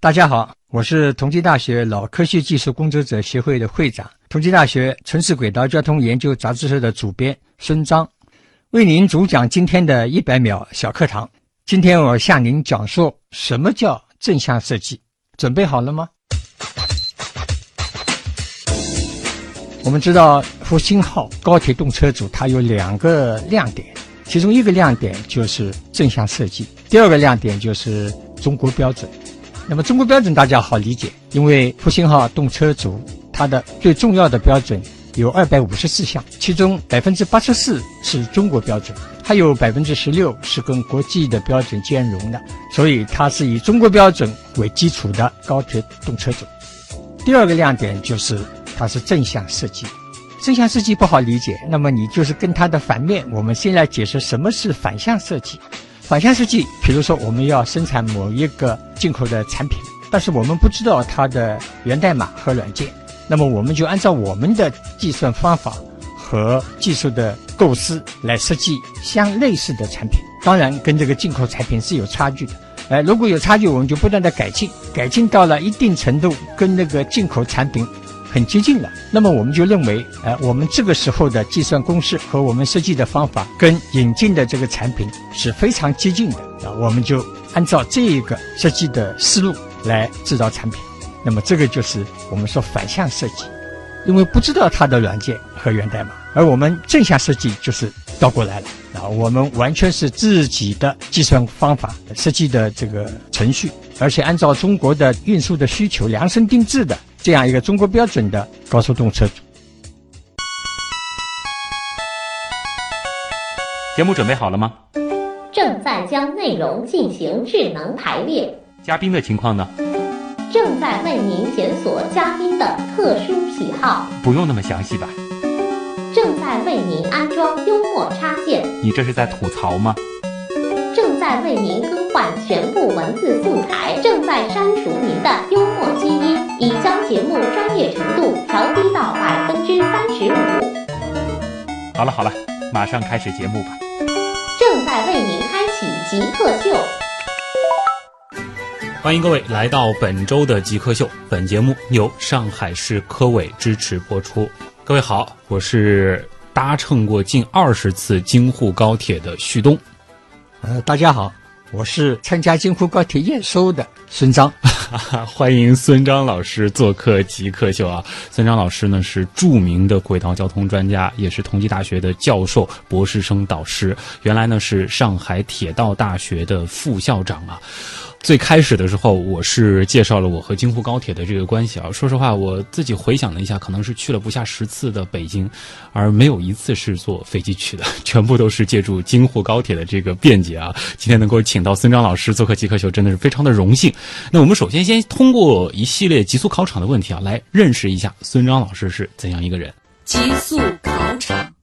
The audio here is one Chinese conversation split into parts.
大家好，我是同济大学脑科学技术工作者协会的会长，同济大学城市轨道交通研究杂志社的主编孙章，为您主讲今天的一百秒小课堂。今天我向您讲述什么叫正向设计，准备好了吗？我们知道呼星号高铁动车组它有两个亮点，其中一个亮点就是正向设计，第二个亮点就是中国标准。那么中国标准大家好理解，因为复兴号动车组它的最重要的标准有二百五十四项，其中百分之八十四是中国标准，还有百分之十六是跟国际的标准兼容的，所以它是以中国标准为基础的高铁动车组。第二个亮点就是它是正向设计，正向设计不好理解，那么你就是跟它的反面，我们先来解释什么是反向设计。反向设计，比如说我们要生产某一个进口的产品，但是我们不知道它的源代码和软件，那么我们就按照我们的计算方法和技术的构思来设计相类似的产品。当然，跟这个进口产品是有差距的。哎，如果有差距，我们就不断的改进，改进到了一定程度，跟那个进口产品很接近了。那么我们就认为，哎、呃，我们这个时候的计算公式和我们设计的方法跟引进的这个产品是非常接近的啊，我们就按照这个设计的思路来制造产品。那么这个就是我们说反向设计，因为不知道它的软件和源代码，而我们正向设计就是倒过来了。啊，我们完全是自己的计算方法设计的这个程序，而且按照中国的运输的需求量身定制的这样一个中国标准的高速动车组。节目准备好了吗？正在将内容进行智能排列。嘉宾的情况呢？正在为您检索嘉宾的特殊喜好。不用那么详细吧？正在为您安装幽默插件，你这是在吐槽吗？正在为您更换全部文字素材，正在删除您的幽默基因，已将节目专业程度调低到百分之三十五。好了好了，马上开始节目吧。正在为您开启极客秀，欢迎各位来到本周的极客秀，本节目由上海市科委支持播出。各位好，我是搭乘过近二十次京沪高铁的旭东。呃，大家好，我是参加京沪高铁验收的孙 章。啊， 欢迎孙章老师做客极客秀啊！孙章老师呢是著名的轨道交通专家，也是同济大学的教授、博士生导师。原来呢是上海铁道大学的副校长啊。最开始的时候，我是介绍了我和京沪高铁的这个关系啊。说实话，我自己回想了一下，可能是去了不下十次的北京，而没有一次是坐飞机去的， 全部都是借助京沪高铁的这个便捷啊。今天能够请到孙章老师做客极客秀，真的是非常的荣幸。那我们首先先通过一系列极速考场的问题啊，来认识一下孙章老师是怎样一个人。极速考场，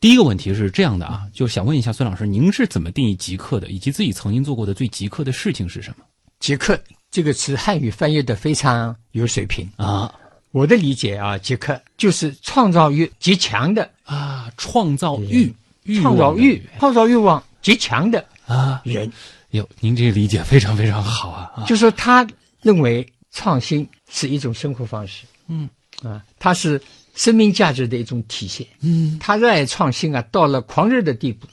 第一个问题是这样的啊，就想问一下孙老师，您是怎么定义极客的，以及自己曾经做过的最极客的事情是什么极客这个词汉语翻译的非常有水平。啊？我的理解啊，极客就是创造欲极强的啊，创造欲，欲创造望的欲、创造欲望极强的啊，人，哟，您这个理解非常非常好啊！啊就说他认为创新是一种生活方式。嗯，啊，它是生命价值的一种体现。嗯他热爱创新啊，到了狂热的地步，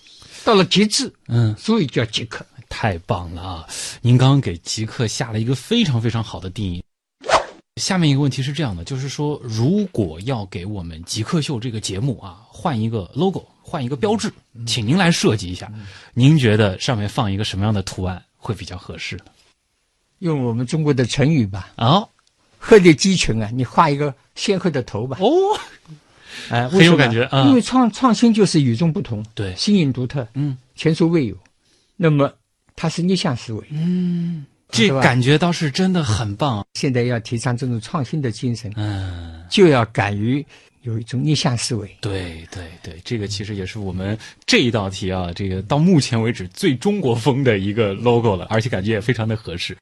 到了极致，嗯，所以叫极客。太棒了啊！您刚刚给极客下了一个非常非常好的定义。下面一个问题是这样的，就是说，如果要给我们极客秀这个节目啊换一个 logo，换一个标志，请您来设计一下，您觉得上面放一个什么样的图案会比较合适呢？用我们中国的成语吧，啊鹤立鸡群啊，你画一个仙鹤的头吧，哦，哎、为很什有么感觉啊因为创创新就是与众不同，对新颖独特，嗯，前所未有。那么它是逆向思维，嗯这是吧感觉倒是真的很棒。现在要提倡这种创新的精神，嗯，就要敢于有一种逆向思维。对对对，这个其实也是我们这一道题啊，这个到目前为止最中国风的一个 logo 了，而且感觉也非常的合适。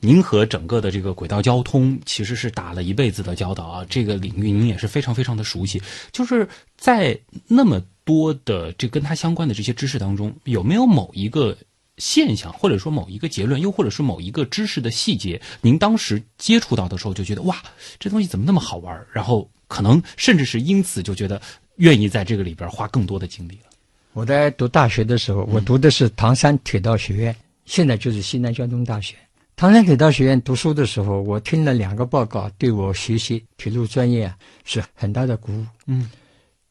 您和整个的这个轨道交通其实是打了一辈子的交道啊，这个领域您也是非常非常的熟悉。就是在那么多的这跟它相关的这些知识当中，有没有某一个现象，或者说某一个结论，又或者是某一个知识的细节，您当时接触到的时候就觉得哇，这东西怎么那么好玩儿？然后可能甚至是因此就觉得愿意在这个里边花更多的精力了。我在读大学的时候，我读的是唐山铁道学院，现在就是西南交通大学。唐山铁道学院读书的时候，我听了两个报告，对我学习铁路专业啊是很大的鼓舞。嗯，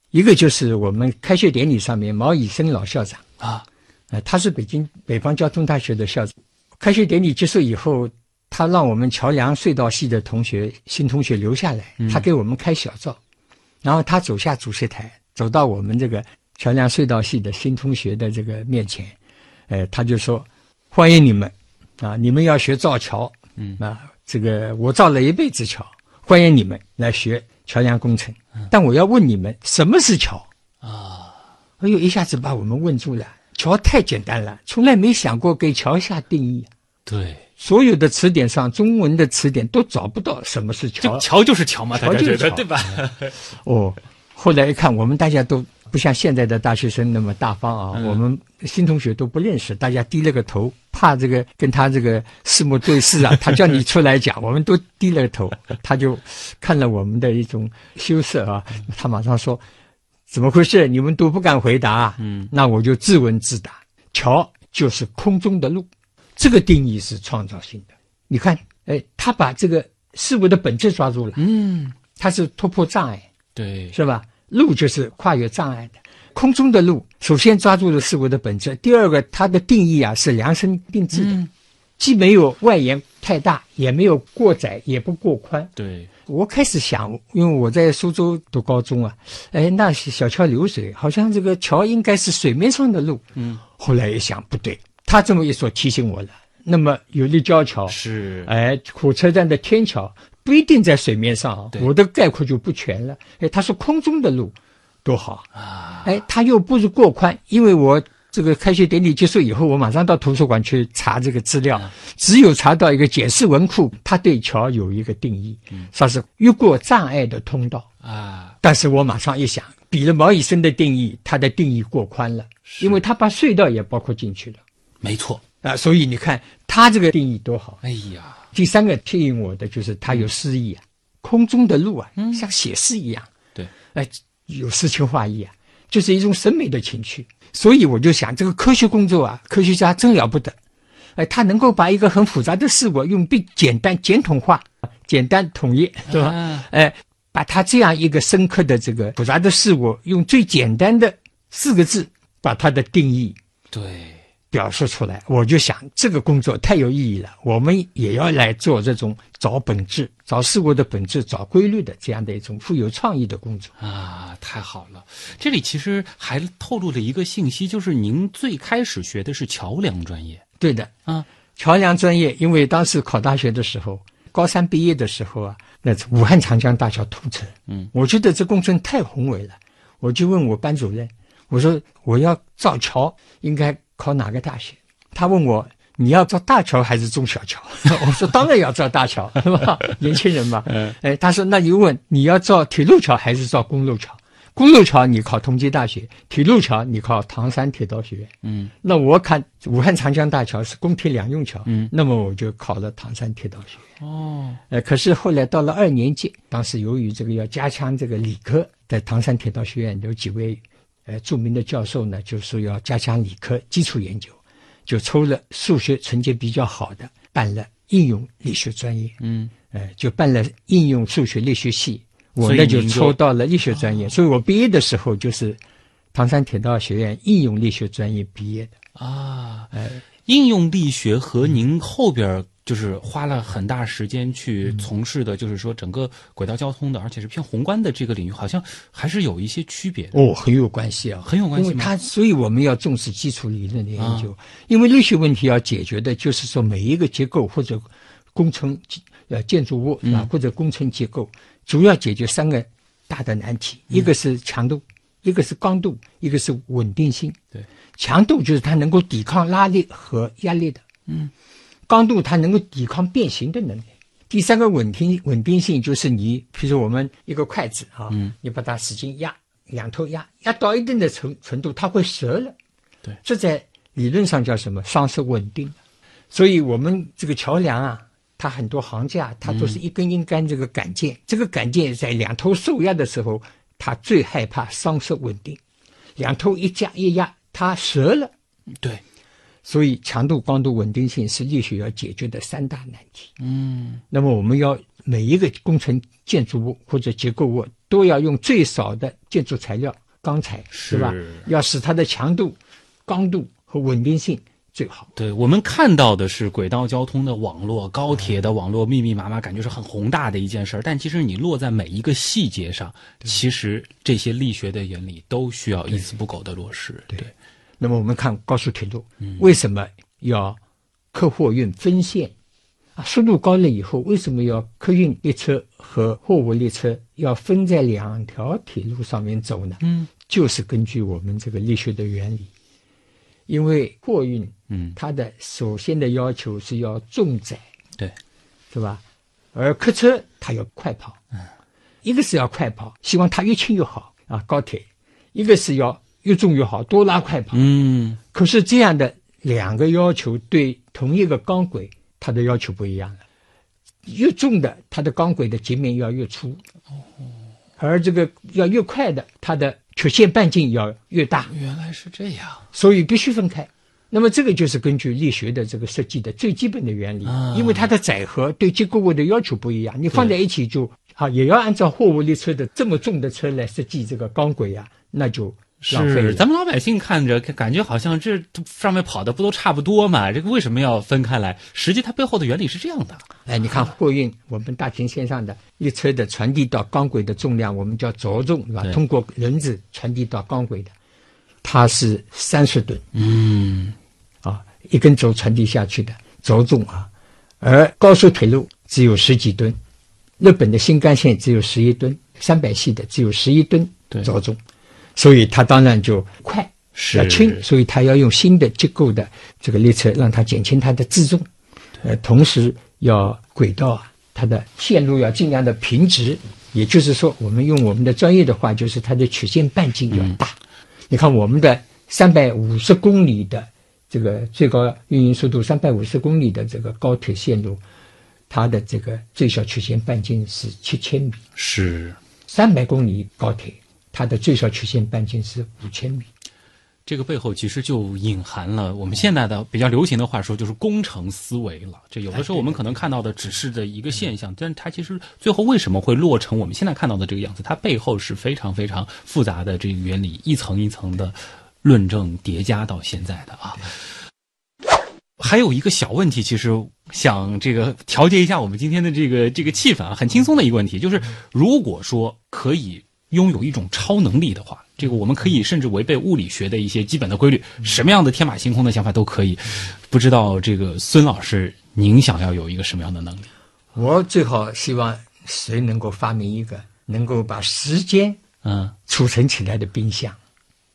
一个就是我们开学典礼上面，毛以生老校长，啊，呃，他是北京北方交通大学的校长。开学典礼结束以后，他让我们桥梁隧道系的同学、新同学留下来，他给我们开小灶，然后他走下主席台，走到我们这个桥梁隧道系的新同学的这个面前，呃，他就说：“欢迎你们，啊，你们要学造桥，嗯啊，这个我造了一辈子桥，欢迎你们来学桥梁工程。但我要问你们，什么是桥？”哎呦，一下子把我们问住了。桥太简单了，从来没想过给桥下定义。对，所有的词典上，中文的词典都找不到什么是桥就。桥就是桥嘛，大桥家就觉是得桥对吧？哦，后来一看，我们大家都不像现在的大学生那么大方啊，我们新同学都不认识，大家低了个头，怕这个跟他这个四目对视 啊，他叫你出来讲，我们都低了个头，他就看了我们的一种羞涩啊，他马上说：“怎么回事？你们都不敢回答？”嗯，那我就自问自答：桥就是空中的路，这个定义是创造性的。你看，哎，他把这个事物的本质抓住了，嗯，他是突破障碍。对，是吧？路就是跨越障碍的，空中的路首先抓住了事物的本质，第二个它的定义啊是量身定制的，既没有外延太大，也没有过窄，也不过宽。对，我开始想，因为我在苏州读高中啊，哎，那是小桥流水，好像这个桥应该是水面上的路。嗯，后来一想不对，他这么一说提醒我了。那么有立交桥是，哎，火车站的天桥不一定在水面上啊，对我的概括就不全了。哎，它是空中的路，多好啊！哎，它又不是过宽，因为我这个开学典礼结束以后，我马上到图书馆去查这个资料，只有查到一个解释文库，它对桥有一个定义，说是越过障碍的通道。啊，但是我马上一想，比了毛以生的定义，它的定义过宽了，因为它把隧道也包括进去了没错。啊。所以你看，它这个定义多好。哎呀，第三个吸引我的就是它有诗意啊，空中的路啊，像写诗一样，对，哎，有诗情画意啊，就是一种审美的情趣。所以我就想，这个科学工作啊，科学家真了不得，哎，他能够把一个很复杂的事物用最简单、简统化、简单统一，对吧？啊哎，把它这样一个深刻的这个复杂的事物，用最简单的四个字把它的定义对，表述出来，我就想这个工作太有意义了，我们也要来做这种找本质、找事物的本质、找规律的这样的一种富有创意的工作。啊，太好了！这里其实还透露了一个信息，就是您最开始学的是桥梁专业对的，啊，桥梁专业，因为当时考大学的时候，高三毕业的时候啊，那是武汉长江大桥通车，嗯，我觉得这工程太宏伟了，我就问我班主任，我说我要造桥，应该考哪个大学？他问我。你要造大桥还是中小桥？ 我说当然要造大桥， 是吧？年轻人嘛。哎，他说那你问你要造铁路桥还是造公路桥？公路桥你考同济大学，铁路桥你考唐山铁道学院。嗯，那我看武汉长江大桥是公铁两用桥，嗯，那么我就考了唐山铁道学院。哦，呃，可是后来到了二年级，当时由于这个要加强这个理科，在唐山铁道学院有几位呃著名的教授呢，就说要加强理科基础研究，就抽了数学成绩比较好的，办了应用力学专业。嗯，呃，就办了应用数学力学系。我所以呢就您就抽到了力学专业，所以我毕业的时候就是唐山铁道学院应用力学专业毕业的。啊，应用力学和您后边儿就是花了很大时间去从事的，就是说整个轨道交通的，而且是偏宏观的这个领域，好像还是有一些区别的。哦，很有关系啊，很有关系吗啊因为它，所以我们要重视基础理论的研究，因为力学问题要解决的就是说每一个结构或者工程呃建筑物嗯啊或者工程结构，主要解决三个大的难题，嗯一个是强度，一个是刚度，一个是稳定性。对，强度就是它能够抵抗拉力和压力的，嗯，刚度它能够抵抗变形的能力。第三个稳定稳定性就是你，比如说我们一个筷子啊，你把它使劲压，两头压，压到一定的程程度，它会折了。对这在理论上叫什么？伤势稳定。所以我们这个桥梁啊，它很多行架，它都是一根一根这个杆件，这个杆件在两头受压的时候，它最害怕伤势稳定，两头一夹一压，它折了。对，所以强度、光度、稳定性是力学要解决的三大难题。嗯，那么我们要每一个工程建筑物或者结构物都要用最少的建筑材料钢材，是是吧？要使它的强度、刚度和稳定性最好。对我们看到的是轨道交通的网络、高铁的网络密密麻麻，感觉是很宏大的一件事儿。但其实你落在每一个细节上，其实这些力学的原理都需要一丝不苟的落实。对，嗯那么我们看高速铁路，为什么要客货运分线？啊，速度高了以后，为什么要客运列车和货物列车要分在两条铁路上面走呢？嗯，就是根据我们这个力学的原理，因为货运，嗯它的首先的要求是要重载，对，是吧？而客车它要快跑，嗯一个是要快跑，希望它越轻越好啊，高铁；一个是要越重越好，多拉快跑。嗯，可是这样的两个要求对同一个钢轨，它的要求不一样了。越重的，它的钢轨的截面要越粗，而这个要越快的，它的曲线半径要越大，原来是这样。所以必须分开。那么这个就是根据力学的这个设计的最基本的原理，啊因为它的载荷对结构物的要求不一样，你放在一起就啊，也要按照货物列车的这么重的车来设计这个钢轨呀、那就浪费是，了。咱们老百姓看着感觉好像这上面跑的不都差不多嘛？这个为什么要分开来？实际它背后的原理是这样的。哎，你看货运，我们大秦线上的列车的传递到钢轨的重量，我们叫着重，是吧对？通过轮子传递到钢轨的，它是三十吨嗯，啊，一根轴传递下去的着重啊。而高速铁路只有十几吨，日本的新干线只有十一吨，三百系的只有十一吨对着重，所以它当然就快，要是轻，所以它要用新的结构的这个列车，让它减轻它的自重，呃，同时要轨道啊，它的线路要尽量的平直，也就是说，我们用我们的专业的话，就是它的曲线半径要大。你看我们的三百五十公里的这个最高运营速度三百五十公里的这个高铁线路，它的这个最小曲线半径是七千米，是。三百公里高铁它的最小曲线半径是五千米。这个背后其实就隐含了我们现在的比较流行的话说，就是工程思维了。这有的哎时候我们可能看到的只是的一个嗯现象，但是它其实最后为什么会落成我们现在看到的这个样子？它背后是非常非常复杂的这个原理，一层一层的论证叠加到现在的啊。还有一个小问题，其实想这个调节一下我们今天的这个这个气氛啊，很轻松的一个问题，就是如果说可以拥有一种超能力的话，这个我们可以甚至违背物理学的一些基本的规律，什么样的天马行空的想法都可以。不知道这个孙老师，您想要有一个什么样的能力？我最好希望谁能够发明一个能够把时间嗯，储存起来的冰箱，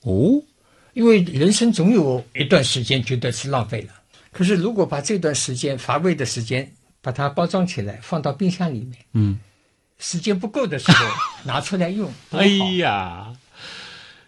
哦，因为人生总有一段时间觉得是浪费了。可是如果把这段时间乏味的时间把它包装起来，放到冰箱里面，嗯，时间不够的时候拿出来用，多好哎呀，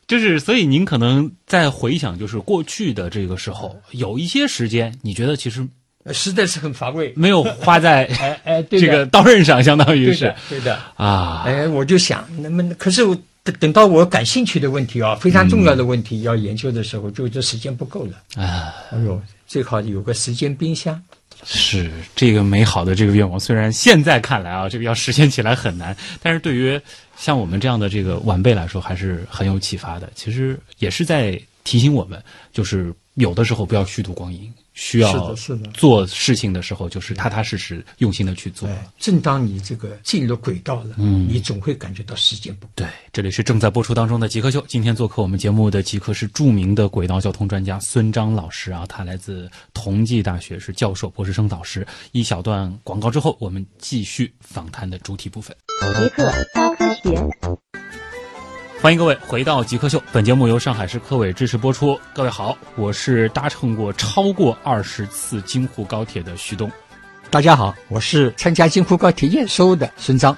就是所以您可能在回想，就是过去的这个时候，有一些时间，你觉得其实呃实在是很乏味。没有花在哎哎，对这的，个刀刃上，相当于对是的，对的。啊，哎，我就想，那么可是我等等到我感兴趣的问题啊，非常重要的问题要研究的时候，就这时间不够了。啊。哎呦，最好有个时间冰箱。是这个美好的这个愿望，虽然现在看来啊，这个要实现起来很难，但是对于像我们这样的这个晚辈来说，还是很有启发的。其实也是在提醒我们，就是有的时候不要虚度光阴，是需要的是的做事情的时候，就是踏踏实实、用心的去做。哎，正当你这个进入轨道了，嗯，你总会感觉到时间不够。对，这里是正在播出当中的《极客秀》。今天做客我们节目的极客是著名的轨道交通专家孙章老师啊，他来自同济大学，是教授、博士生导师。一小段广告之后，我们继续访谈的主体部分。极客高科学。欢迎各位回到《极客秀》，本节目由上海市科委支持播出。各位好，我是搭乘过超过二十次京沪高铁的徐东。大家好，我是参加京沪高铁验收的孙章。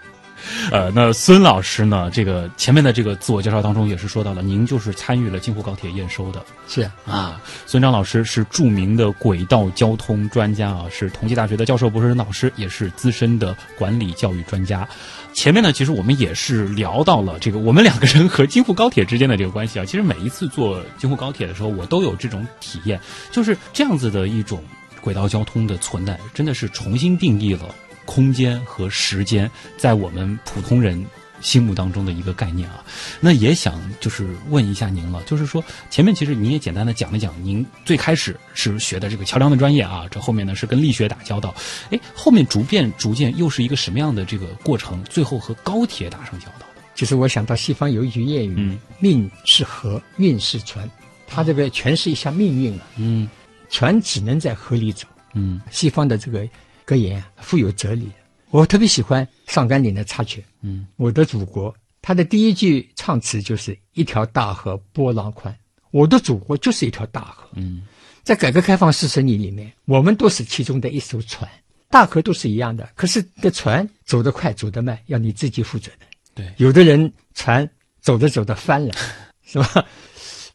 呃，那孙老师呢，这个前面的这个自我介绍当中也是说到了，您就是参与了京沪高铁验收的是啊。孙章老师是著名的轨道交通专家啊，是同济大学的教授、博士生导师，也是资深的管理教育专家。前面呢，其实我们也是聊到了这个我们两个人和京沪高铁之间的这个关系啊。其实每一次坐京沪高铁的时候，我都有这种体验，就是这样子的一种轨道交通的存在，真的是重新定义了空间和时间在我们普通人心目当中的一个概念啊。那也想就是问一下您了，就是说前面其实您也简单的讲了讲，您最开始是学的这个桥梁的专业啊，这后面呢是跟力学打交道，哎，后面逐渐逐渐又是一个什么样的这个过程？最后和高铁打上交道的？其实我想到西方有一句谚语，嗯命是河，运是船，它这个诠释一下命运啊，嗯船只能在河里走。嗯西方的这个格言啊，富有哲理。我特别喜欢上甘岭的插曲，嗯，我的祖国，它的第一句唱词就是一条大河波浪宽，我的祖国就是一条大河。嗯在改革开放四十年里面，我们都是其中的一艘船，大河都是一样的，可是你的船走得快，走得慢，要你自己负责的。对有的人船走着走着翻了， 是吧？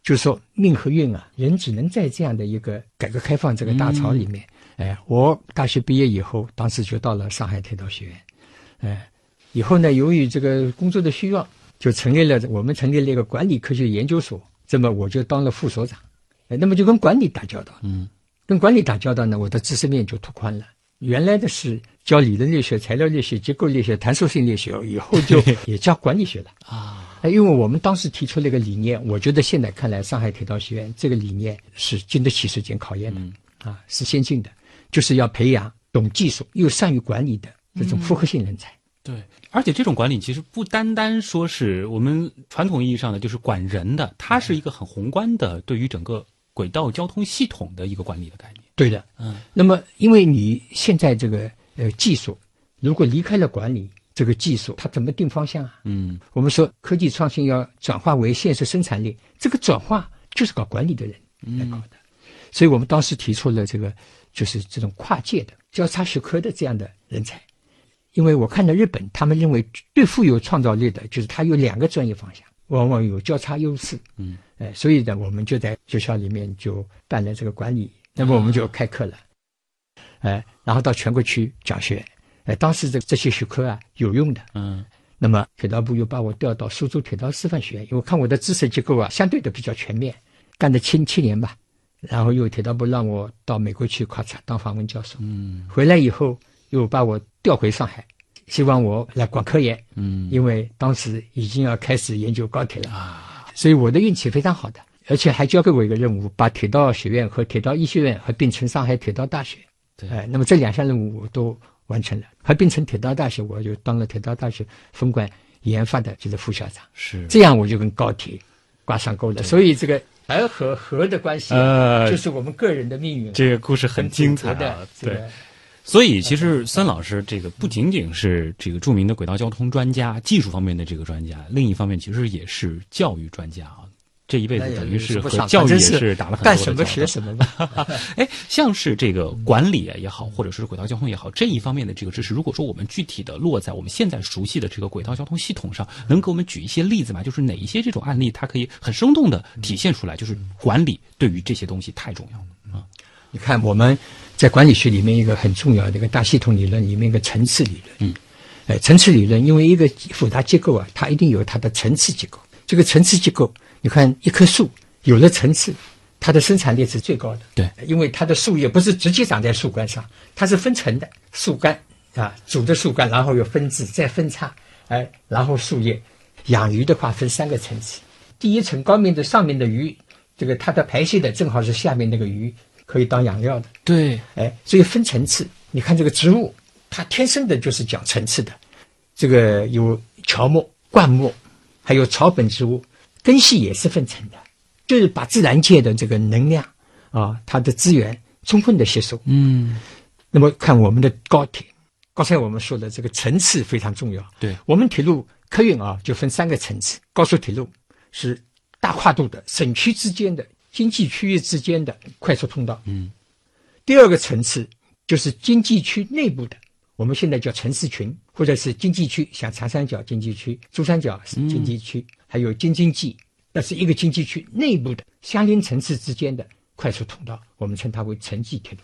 就说命和运啊，人只能在这样的一个改革开放这个大潮里面。哎，我大学毕业以后，当时就到了上海铁道学院，哎，以后呢，由于这个工作的需要，就成立了我们成立了一个管理科学研究所，这么我就当了副所长，哎，那么就跟管理打交道，嗯跟管理打交道呢，我的知识面就拓宽了。原来的是教理论力学、材料力学、结构力学、弹射性力学，以后就也教管理学了。啊哎，因为我们当时提出了一个理念，我觉得现在看来，上海铁道学院这个理念是经得起时间考验的，啊，是先进的，就是要培养懂技术又善于管理的这种复合性人才。对，而且这种管理其实不单单说是我们传统意义上的就是管人的，它是一个很宏观的对于整个轨道交通系统的一个管理的概念。对的，嗯那么因为你现在这个呃技术，如果离开了管理，这个技术它怎么定方向啊？嗯我们说科技创新要转化为现实生产力，这个转化就是搞管理的人嗯来搞的，所以我们当时提出了这个就是这种跨界的交叉学科的这样的人才，因为我看到日本，他们认为最富有创造力的就是他有两个专业方向，往往有交叉优势，嗯，哎，所以呢，我们就在学校里面就办了这个管理，那么我们就开课了，哎，然后到全国去讲学，哎，当时这这些学科啊有用的，嗯那么铁道部又把我调到苏州铁道师范学院，因为我看我的知识结构啊相对的比较全面，干了七七年吧。然后又铁道部让我到美国去考察当访问教授，嗯回来以后又把我调回上海，希望我来管科研，嗯因为当时已经要开始研究高铁了，啊所以我的运气非常好的，而且还交给我一个任务，把铁道学院和铁道医学院合并成上海铁道大学。对哎，那么这两项任务我都完成了，合并成铁道大学，我就当了铁道大学分管研发的这个副校长，是这样我就跟高铁挂上钩了。所以这个人和和的关系，呃就是我们个人的命运，这个故事很跟祖精彩国的啊，这对个。所以，其实孙老师这个不仅仅是这个著名的轨道交通专家，技术方面的这个专家，另一方面其实也是教育专家啊。这一辈那子也等于是不和少教育也反正是打了很多干的什么交道学什么吧。哎，像是这个管理也好，或者是轨道交通也好，这一方面的这个知识，如果说我们具体的落在我们现在熟悉的这个轨道交通系统上，能给我们举一些例子吗？就是哪一些这种案例，它可以很生动的体现出来，就是管理对于这些东西太重要了。你看我们在管理学里面一个很重要的一个大系统理论里面一个层次理论，嗯，哎，层次理论，因为一个复杂结构啊，它一定有它的层次结构。这个层次结构，你看一棵树有了层次，它的生产力是最高的。对，因为它的树叶不是直接长在树干上，它是分层的，树干啊，主的树干，然后有分支，再分叉，哎，然后树叶。养鱼的话分三个层次，第一层高面的上面的鱼，这个它的排泄的正好是下面那个鱼可以当养料的。对，哎，所以分层次。你看这个植物，它天生的就是讲层次的。这个有乔木、灌木，还有草本植物，根系也是分层的，就是把自然界的这个能量啊，它的资源充分的吸收。嗯，那么看我们的高铁，刚才我们说的这个层次非常重要。对我们铁路客运啊，就分三个层次：高速铁路是大跨度的、省区之间的、经济区域之间的快速通道。嗯。第二个层次就是经济区内部的我们现在叫城市群，或者是经济区，像长三角经济区、珠三角嗯经济区，还有京津冀，那是一个经济区内部的相邻城市之间的快速通道，我们称它为城际铁路。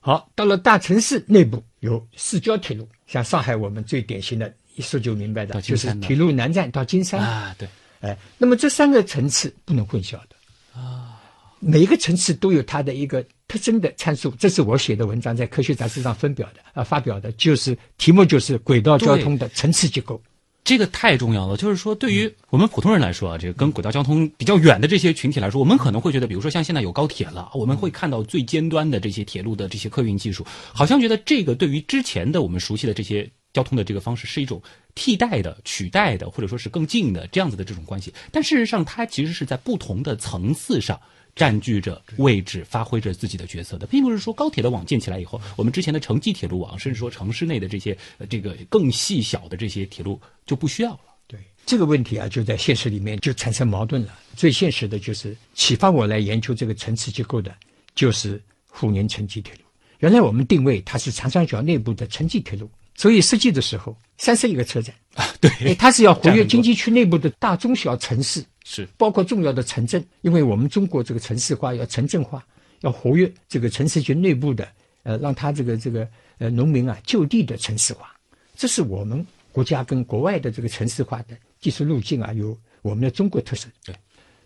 好，到了大城市内部有市郊铁路，像上海，我们最典型的一说就明白到的，金就是山的铁路南站到金山。啊，对，哎，那么这三个层次不能混淆的啊，每一个层次都有它的一个特征的参数，这是我写的文章在科学杂志上分表的啊、发表的，就是题目就是轨道交通的层次结构。这个太重要了。就是说，对于我们普通人来说啊，这个跟轨道交通比较远的这些群体来说，我们可能会觉得，比如说像现在有高铁了，我们会看到最尖端的这些铁路的这些客运技术，好像觉得这个对于之前的我们熟悉的这些交通的这个方式是一种替代的、取代的，或者说是更近的这样子的这种关系。但事实上，它其实是在不同的层次上。占据着位置，发挥着自己的角色的，并不是说高铁的网建起来以后，我们之前的城际铁路网，甚至说城市内的这些呃这个更细小的这些铁路就不需要了。对这个问题啊，就在现实里面就产生矛盾了。最现实的就是启发我来研究这个层次结构的，就是沪宁城际铁路。原来我们定位它是长三角内部的城际铁路，所以设计的时候三十一个车站，哎 对，它是要活站很跃多经济区内部的大中小城市，是包括重要的城镇，因为我们中国这个城市化要城镇化，要活跃这个城市群内部的，呃，让它这个这个呃农民啊就地的城市化，这是我们国家跟国外的这个城市化的技术路径啊，有我们的中国特色。对，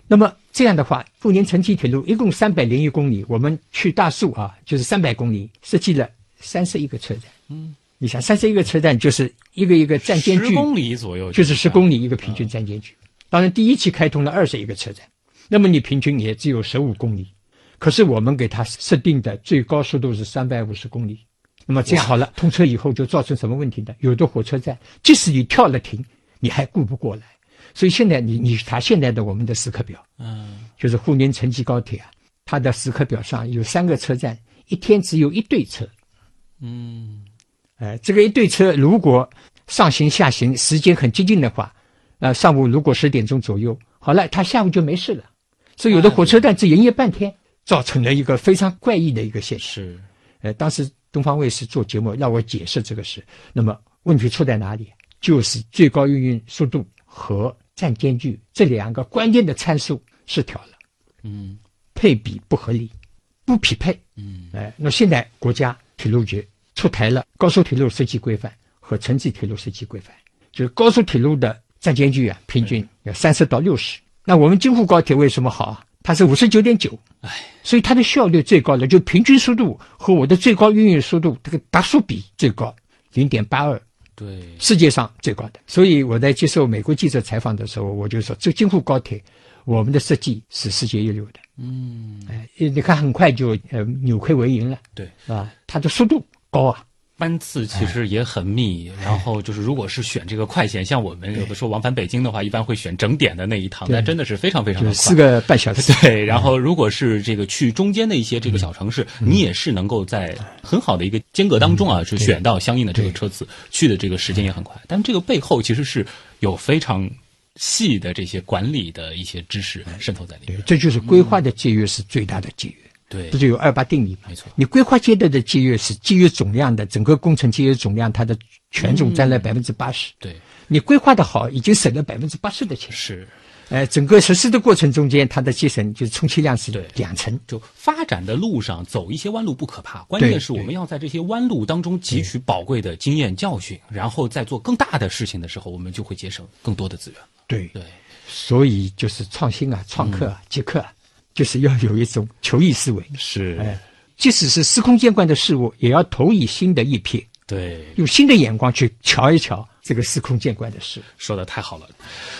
那么这样的话，沪宁城际铁路一共三百零一公里，我们去大树啊，就是三百公里，设计了三十一个车站。嗯，你想三十一个车站就是一个一个站间距十公里左右，就是十公里一个平均站间距。当然，第一期开通了二十一个车站，那么你平均也只有十五公里。可是我们给它设定的最高速度是三百五十公里。那么这样好了，通车以后就造成什么问题呢？有的火车站，即使你跳了停，你还顾不过来。所以现在你你查现在的我们的时刻表，嗯，就是沪宁城际高铁啊，它的时刻表上有三个车站，一天只有一对车。嗯，哎，这个一对车如果上行下行时间很接近的话，呃，上午如果十点钟左右，好了，它下午就没事了。所以有的火车站只营业半天，造成了一个非常怪异的一个现象。是呃，当时东方卫视做节目让我解释这个事，那么问题出在哪里？就是最高运运速度和站间距这两个关键的参数失调了，嗯，配比不合理，不匹配。嗯，哎、那现在国家铁路局出台了高速铁路设计规范和城际铁路设计规范，就是高速铁路的站间距啊，平均要三十到六十。那我们京沪高铁为什么好啊？它是五十九点九，所以它的效率最高的就平均速度和我的最高运运速度这个达数比最高，零点八二，对，世界上最高的。所以我在接受美国记者采访的时候，我就说，这京沪高铁，我们的设计是世界一流的。嗯，哎，你看很快就呃扭亏为盈了，对，啊，它的速度高啊，班次其实也很密，哎然后就是如果是选这个快线，像我们有的时候往返北京的话，一般会选整点的那一趟，对那真的是非常非常就的是快，四个半小时。 对，然后如果是这个去中间的一些这个小城市，你也是能够在很好的一个间隔当中啊，去选到相应的这个车次，去的这个时间也很快。但这个背后其实是有非常细的这些管理的一些知识渗透在里对面。，这就是规划的节约是最大的节约。对不，就有二八定理吗？没错你规划阶段的节约是节约总量的，整个工程节约总量它的权重占了百分之八十。对，你规划的好，已经省了百分之八十的钱。是。呃，整个实施的过程中间，它的节省就是充其量是对两成。就发展的路上走一些弯路不可怕，关对键是我们要在这些弯路当中汲取宝贵的经验教训，然后在做更大的事情的时候，我们就会节省更多的资源。对对，所以就是创新啊、创客啊、极客啊，就是要有一种求异思维。是哎、即使是司空见惯的事物，也要投以新的一瞥，对，用新的眼光去瞧一瞧这个司空见惯的事物。说的太好了，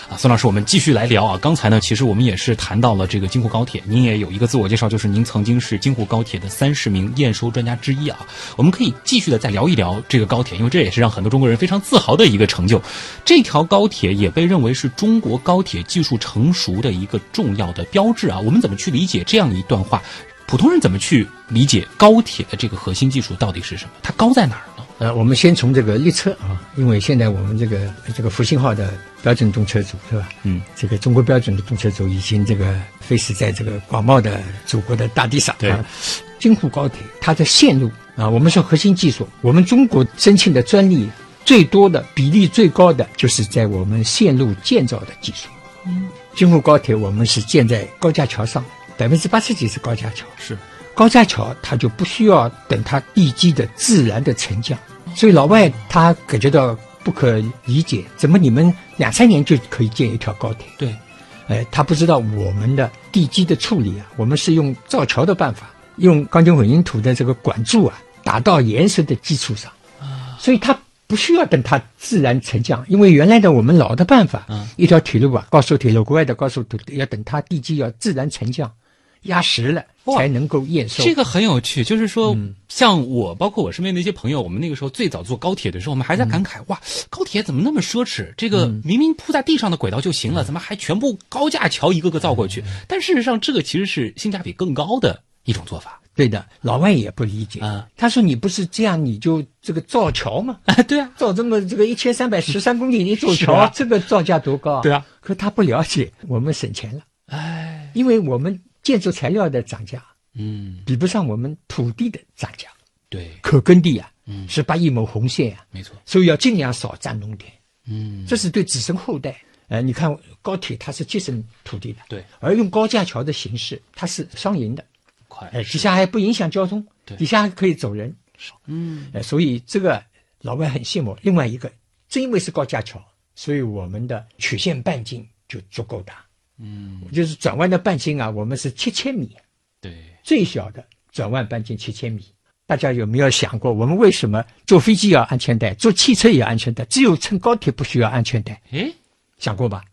啊，孙老师，我们继续来聊啊。刚才呢，其实我们也是谈到了这个京沪高铁，您也有一个自我介绍，就是您曾经是京沪高铁的三十名验收专家之一啊。我们可以继续的再聊一聊这个高铁，因为这也是让很多中国人非常自豪的一个成就。这条高铁也被认为是中国高铁技术成熟的一个重要的标志啊。我们怎么去理解这样一段话？普通人怎么去理解高铁的这个核心技术到底是什么？它高在哪儿呢？呃，我们先从这个列车啊，因为现在我们这个这个复兴号的标准动车组是吧？嗯，这个中国标准的动车组已经这个飞驰在这个广袤的祖国的大地上。对啊，京沪高铁它的线路啊，我们是核心技术。我们中国申请的专利最多的比例最高的，就是在我们线路建造的技术。嗯京沪高铁我们是建在高架桥上，百分之八十几是高架桥。是高架桥它就不需要等它地基的自然的沉降，所以老外他感觉到不可理解，怎么你们两三年就可以建一条高铁？对，哎，他不知道我们的地基的处理啊，我们是用造桥的办法，用钢筋混凝土的这个管柱啊，打到岩石的基础上，所以它不需要等它自然沉降，因为原来的我们老的办法，嗯一条铁路啊，高速铁路，国外的高速铁路要等它地基要自然沉降，压实了哇才能够验收。这个很有趣，就是说，嗯像我，包括我身边的一些朋友，我们那个时候最早坐高铁的时候，我们还在感慨，嗯哇，高铁怎么那么奢侈？这个明明铺在地上的轨道就行嗯了，怎么还全部高架桥一个个造过去？但事实上，这个其实是性价比更高的一种 做法。对的，老外也不理解啊。他说：“你不是这样，你就这个造桥 吗？啊，对啊，造这么这个一千三百十三公 里，你造是桥，啊这个造价多高啊？”对啊，可他不了解，我们省钱了，哎，因为我们建筑材料的涨价嗯，比不上我们土地的涨价。对，可耕地啊嗯，十八亿亩红线啊，没错，所以要尽量少占农田，嗯，这是对子孙后代。呃，你看高铁它是节省土地的，对，而用高架桥的形式，它是双赢的，快，哎，底下还不影响交通对，底下还可以走人，嗯，呃，所以这个老外很羡慕。另外一个，正因为是高架桥，所以我们的曲线半径就足够大。嗯，就是转弯的半径啊，我们是七千米，对，最小的转弯半径七千米。大家有没有想过，我们为什么坐飞机要安全带，坐汽车也要安全带，只有乘高铁不需要安全带？哎。想过吧？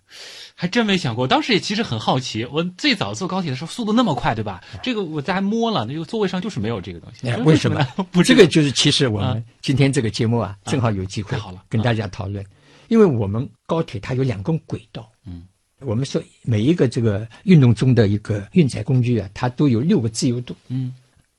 还真没想过，当时也其实很好奇。我最早坐高铁的时候速度那么快，对吧？这个我在摸了，那个座位上就是没有这个东西。啊哎，这为什么呢？ 不这知道个就是其实我们啊今天这个节目啊，正好有机会太好了跟大家讨论，因为我们高铁它有两根轨道，嗯，我们说每一个这个运动中的一个运载工具啊，它都有六个自由度，嗯，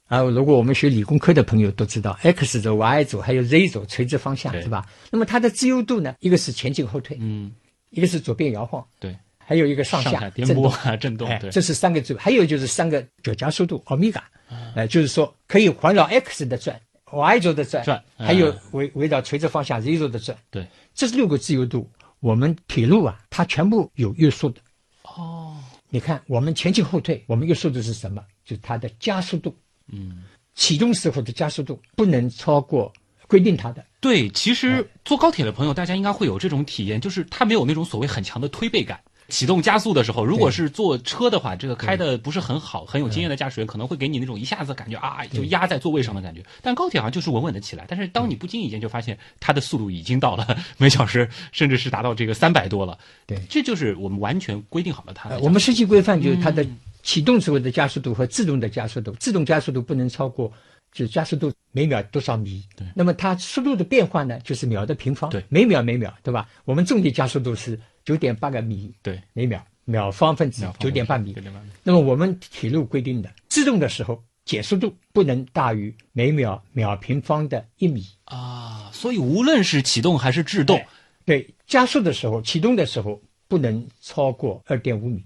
啊，如果我们学理工科的朋友都知道，x 轴、y 轴还有 z 轴垂直方向对是吧？那么它的自由度呢，一个是前进后退，嗯，一个是左边摇晃，对，还有一个上上下下颠震簸动。啊，震动，哎对，，这是三个最，还有就是三个九加速度欧米伽，啊呃，就是说可以环绕 x 的转，y 轴的转，转嗯还有围围绕垂直方向 z 轴的转，对，这是六个自由度。我们铁路啊，它全部有约束的。哦，你看，我们前进后退，我们约束的是什么？就是它的加速度，嗯，启动时候的加速度不能超过规定它的。对，其哎实坐高铁的朋友，大家应该会有这种体验，就是它没有那种所谓很强的推背感。启动加速的时候，如果是坐车的话，这个开的不是很好，很有经验的驾驶员可能会给你那种一下子感觉啊，就压在座位上的感觉。但高铁好像就是稳稳的起来，但是当你不经意间就发现它的速度已经到了 每小时，甚至是达到这个三百多了。对这就是我们完全规定好了它的呃这个。我们设计规范就是它的启动时候的加速度和自动的加速度，自动加速度不能超过，就是加速度每秒多少米。对那么它速度的变化呢，就是秒的平方。对每秒每秒，对吧？我们重力加速度是九点八个米对每秒，秒方分之九点八米九。点八米，那么我们铁路规定的，自动的时候减速度不能大于每秒秒平方的一米。啊，所以无论是启动还是制动哎，对，加速的时候，启动的时候不能超过二点五米。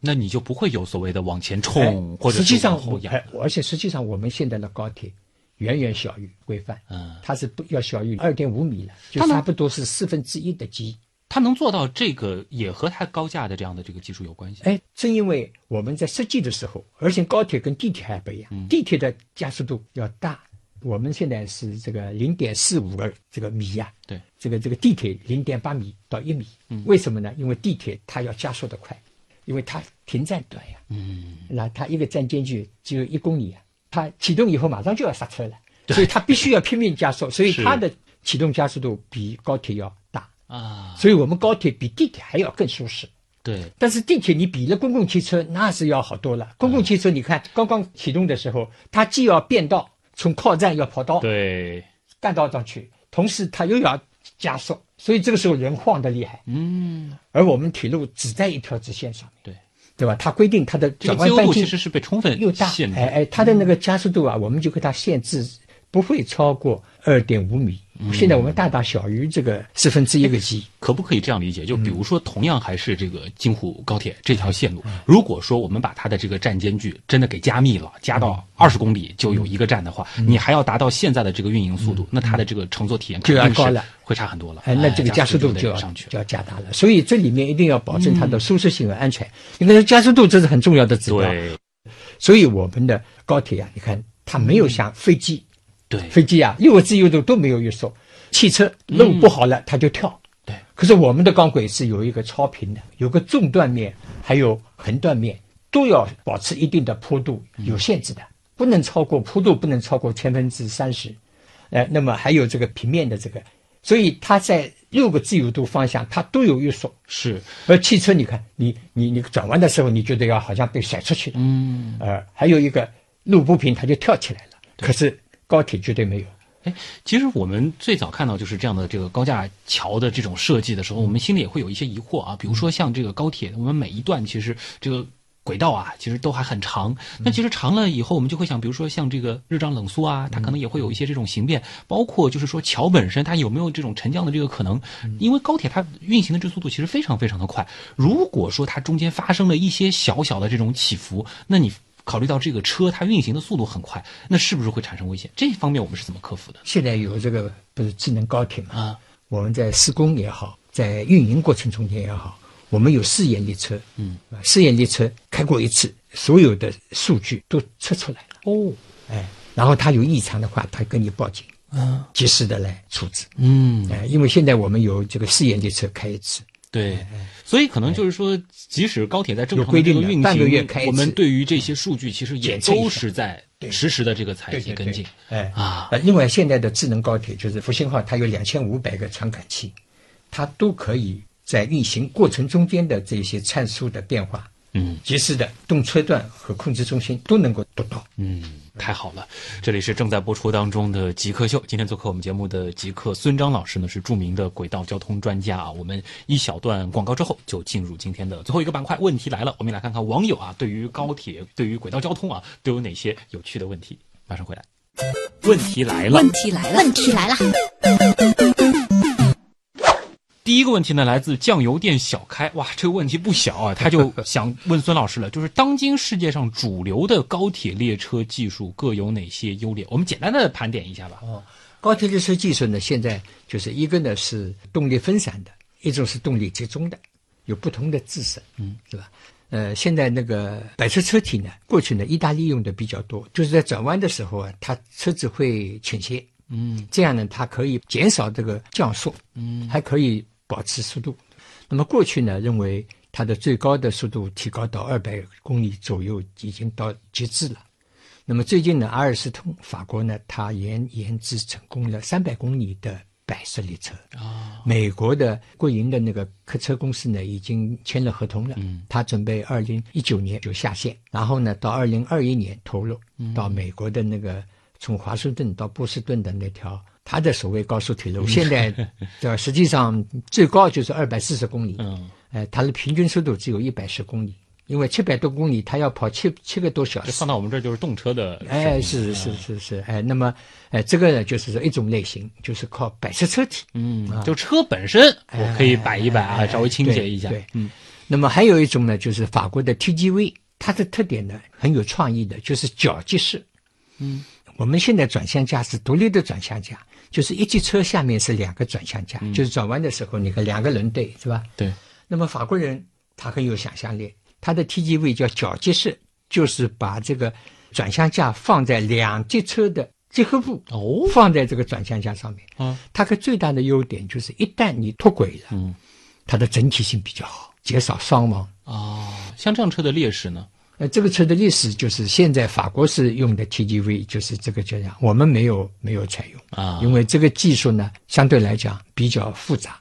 那你就不会有所谓的往前哎冲或者实际是上往后我，仰。哎，而且实际上我们现在的高铁远远小于规范，嗯它是不要小于二点五米了，就它能差不多是四分之一的级。它能做到这个，也和它高价的这样的这个技术有关系。哎，正因为我们在设计的时候，而且高铁跟地铁还不一样，嗯地铁的加速度要大，我们现在是这个零点四五个这个米呀、对，嗯这个这个地铁零点八米到一米，为什么呢？因为地铁它要加速的快，因为它停站短呀、嗯，那它一个站间距只有一公里啊，它启动以后马上就要刹车了，所以它必须要拼命加速，所以是它的启动加速度比高铁要大，啊，所以我们高铁比地铁还要更舒适。对，但是地铁你比了公共汽车，那是要好多了。嗯公共汽车你看刚刚启动的时候，它既要变道，从靠站要跑道嗯对，干道上去，同时它又要加速，所以这个时候人晃得厉害。嗯，而我们铁路只在一条直线上面，对，对吧？它规定它的这转个弯自由半度径其实是被充分又大哎限，制。哎哎，它的那个加速度啊，我们就给它限制不会超过二点五米。现在我们大大小于这个四分之一个 g。可不可以这样理解？就嗯比如说，同样还是这个京沪高铁这条线路，如果说我们把它的这个站间距真的给加密了，加嗯到二十公里就有一个站的话，你还要达到现在的这个运营速度，那它的这个乘坐体验就要肯定是嗯高了会差很多了。哎，那这个加速度得就要上去了。就要加大了，所以这里面一定要保证它的舒适性和安全，因为加速度这是很重要的指标。对所以我们的高铁啊，你看它没有像飞机，对飞机啊又自由度都没有约束，汽车路不好了、它就跳。对，可是我们的钢轨是有一个超平的，有个纵断面，还有横断面，都要保持一定的坡度，有限制的，不能超过坡度不能超过千分之三十。呃，那么还有这个平面的这个，所以它在六个自由度方向它都有约束。是，而汽车，你看，你你你转弯的时候，你觉得要好像被甩出去了，嗯，呃，还有一个路不平，它就跳起来了。可是高铁绝对没有，哎，其实我们最早看到就是这样的这个高架桥的这种设计的时候，我们心里也会有一些疑惑啊。比如说像这个高铁，我们每一段其实这个轨道啊，其实都还很长。那其实长了以后，我们就会想，比如说像这个日胀冷缩啊，它可能也会有一些这种形变，包括就是说桥本身它有没有这种沉降的这个可能？因为高铁它运行的这速度其实非常非常的快，如果说它中间发生了一些小小的这种起伏，那你。考虑到这个车它运行的速度很快，那是不是会产生危险？这方面我们是怎么克服的？现在有这个不是智能高铁嘛？啊，我们在施工也好，在运营过程中间也好，我们有试验列车，嗯，试验列车开过一次，所有的数据都测出来了，哦，哎，然后它有异常的话，它跟你报警，啊，及时的来处置，嗯，哎，因为现在我们有这个试验列车开一次，对，所以可能就是说，即使高铁在正哎有常规这定个的运半个月开行，一我们次对于这些数据其实也检测一都下是在对实时的这个采对集对跟进。对哎啊呃，另外现在的智能高铁就是福星号，它有两千五百个传感器，它都可以在运行过程中间的这些参数的变化，嗯及时的动车段和控制中心都能够读到。嗯，太好了！这里是正在播出当中的《极客秀》，今天做客我们节目的极客孙章老师呢是著名的轨道交通专家啊。我们一小段呃广告之后就进入今天的最后一个板块，问题来了，我们也来看看网友啊对于高铁、对于轨道交通啊都有哪些有趣的问题。马上回来，问题来了。问题来了，问题来了，第一个问题呢，来自酱油店小开，哇，这个问题不小啊，他就想问孙老师了，就是当今世界上主流的高铁列车技术各有哪些优劣？我们简单的盘点一下吧。哦，高铁列车技术呢，现在就是一个呢是动力分散的，一种是动力集中的，有不同的制式，嗯，是吧？呃，现在那个摆车车体呢，过去呢意大利用的比较多，就是在转弯的时候啊，它车子会倾斜，嗯，这样呢，它可以减少这个降速，嗯，还可以保持速度。那么过去呢，认为它的最高的速度提高到二百公里左右已经到极致了。那么最近呢，阿尔斯通法国呢，它研研制成功了三百公里的百式列车啊、美国的国营的那个客车公司呢，已经签了合同了，嗯，它准备二零一九年就下线，然后呢，到二零二一年投入到美国的那个从华盛顿到波士顿的那条。它的所谓高速铁路，现在的实际上最高就是二百四十公里，嗯，呃，它的平均速度只有一百十公里，因为七百多公里它要跑七七个多小这时，放到我们这儿就是动车的水平。哎，是是啊是是，哎，那么，哎，这个呢，就是说一种类型，就是靠摆设车体，嗯，就车本身我可以摆一摆啊，稍微倾斜一下。啊哎对，嗯对那么还有一种呢，就是法国的 TGV，它的特点呢很有创意的，就是脚击式。嗯，我们现在转向架是独立的转向架，就是一节车下面是两个转向架，嗯就是转弯的时候，你看两个轮队是吧？对，那么法国人他很有想象力，他的 TGV 叫脚接式，就是把这个转向架放在两节车的结合部，哦放在这个转向架上面。啊，它个最大的优点就是一旦你脱轨了，嗯，它的整体性比较好，减少伤亡。哦，像这样车的劣势呢？呃，这个车的历史就是现在法国是用的 TGV，就是这个叫啥？我们没有没有采用啊因为这个技术呢相对来讲比较复杂。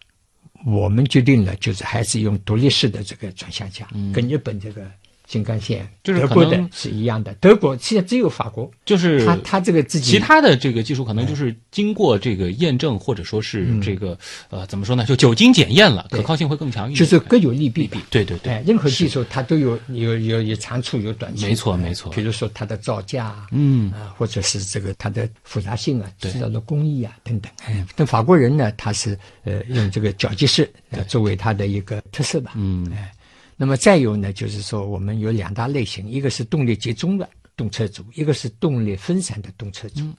我们决定了就是还是用独立式的这个转向架，跟日本这个新干线，嗯就是德可国的能是一样的。德国现在只有法国，就是他他这个自己哎其他的这个技术可能就是经过这个验证，或者说是这个呃怎么说呢，就酒精检验了，嗯对可靠性会更强一点。就是各有利弊吧。对对对哎，，任何技术它都有有有有长处有短处，没错没错比如说它的造价啊，嗯啊，或者是这个它的复杂性啊，对制造的工艺啊等等。哎，但法国人呢，他是呃用这个绞机式、呃作为他的一个特色吧。嗯哎，那么再有呢，就是说我们有两大类型，一个是动力集中的动车组，一个是动力分散的动车组。嗯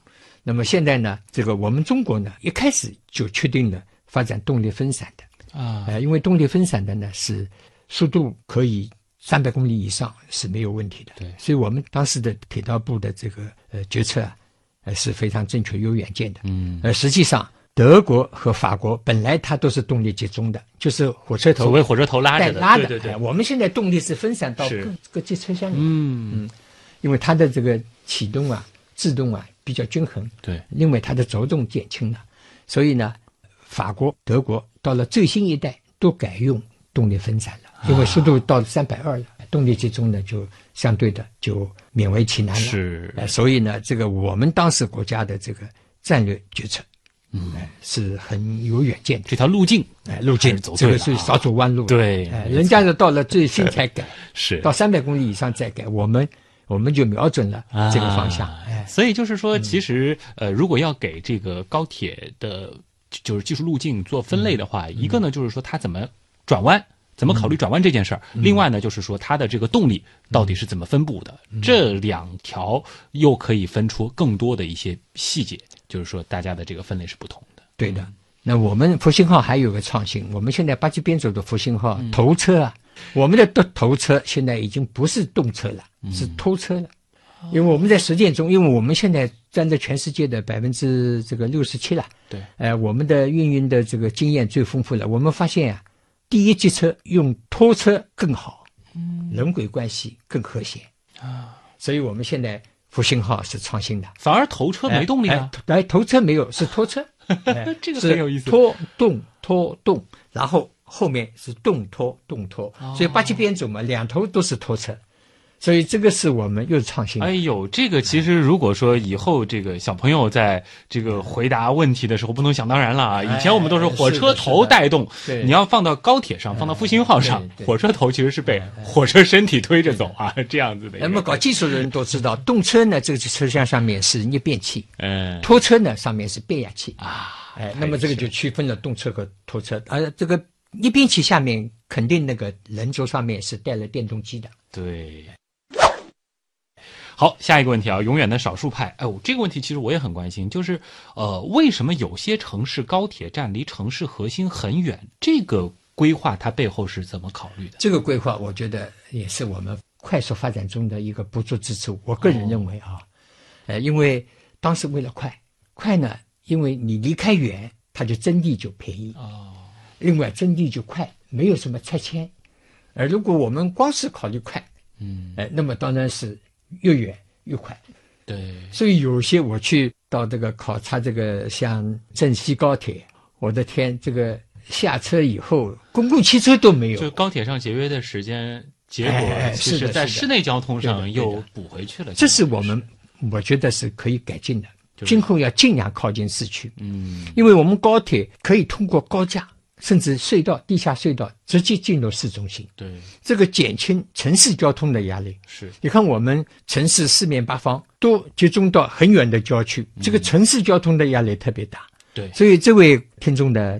那么现在呢，这个我们中国呢，一开始就确定了发展动力分散的。啊，呃，因为动力分散的呢是速度可以三百公里以上是没有问题的。对所以我们当时的铁道部的这个呃决策啊，呃是非常正确有远见的。嗯，呃，实际上德国和法国本来它都是动力集中的，就是火车头所谓火车头拉带着的，拉的。对对哎对，我们现在动力是分散到是各各节车厢里，嗯，因为它的这个启动啊、制动啊比较均衡。对，因为它的着重减轻了，所以呢，法国、德国到了最新一代都改用动力分散啊了，因为速度到三百二了，动力集中呢就相对的就勉为其难了。是呃所以呢，这个我们当时国家的这个战略决策，嗯、是很有远见的。这条路径哎，路径还是走这对个了是啊，少走弯路。对哎，没人家是到了最新才 改，是到三百公里以上再改，我们我们就瞄准了这个方向。啊哎，所以就是说，其实呃，如果要给这个高铁的，就就是技术路径做分类的嗯话，一个呢就是说它怎么转弯。怎么考虑转弯这件事儿？嗯另外呢，就是说它的这个动力到底是怎么分布的？嗯这两条又可以分出更多的一些细节，就是说大家的这个分类是不同的。对的。那我们复兴号还有个创新，我们现在八级编组的复兴号头车啊，我们的头头车现在已经不是动车了，是偷车了。因为我们在实践中，因为我们现在占着全世界的百分之这个六十七了，对，呃，我们的运营的这个经验最丰富了。我们发现啊，第一级车用拖车更好，人轨关系更和谐啊。所以我们现在复兴号是创新的，反而头车没动力啊，哎，哎头头车没有，是拖 车，哎这个是很有意思拖动拖动，然后后面是动拖动拖，哦所以八级编组嘛，两头都是拖车，所以这个是我们又创新的。哎呦，这个其实如果说以后这个小朋友在这个嗯回答问题的时候，不能想当然了啊！以前我们都是火车头带动，哎是的对嗯你要放到高铁上，放到复兴号上对，对嗯火车头其实是被火车身体推着走啊，这样子的一个。哎那么搞技术的人都知哎道，动车呢，这个车厢上面是热变器，嗯拖车呢上面是变压器啊，哎，那么这个就区分了动车和拖车，而这个一边起下面肯定那个人轴上面是带了电动机的，对。好，下一个问题啊，永远的少数派。哎，我这个问题其实我也很关心，就是呃，为什么有些城市高铁站离城市核心很远？这个规划它背后是怎么考虑的？这个规划，我觉得也是我们快速发展中的一个不足之处。我个人认为哦啊，呃，因为当时为了快，快呢，因为你离开远，它就征地就便宜，哦，另外征地就快，没有什么拆迁。而如果我们光是考虑快，嗯，呃，那么当然是越远越快。对，所以有些我去到这个考察这个像镇西高铁，我的天，这个下车以后公共汽车都没有，就高铁上节约的时间，结果哎哎其是实的在是的室内交通对上的又补回去了。这是我们我觉得是可以改进的，就是今后要尽量靠近市区，嗯，因为我们高铁可以通过高架甚至隧道、地下隧道直接进入市中心，对，这个减轻城市交通的压力。是你看，我们城市四面八方都集中到很远的郊区，嗯这个城市交通的压力特别大。对。所以，这位听众的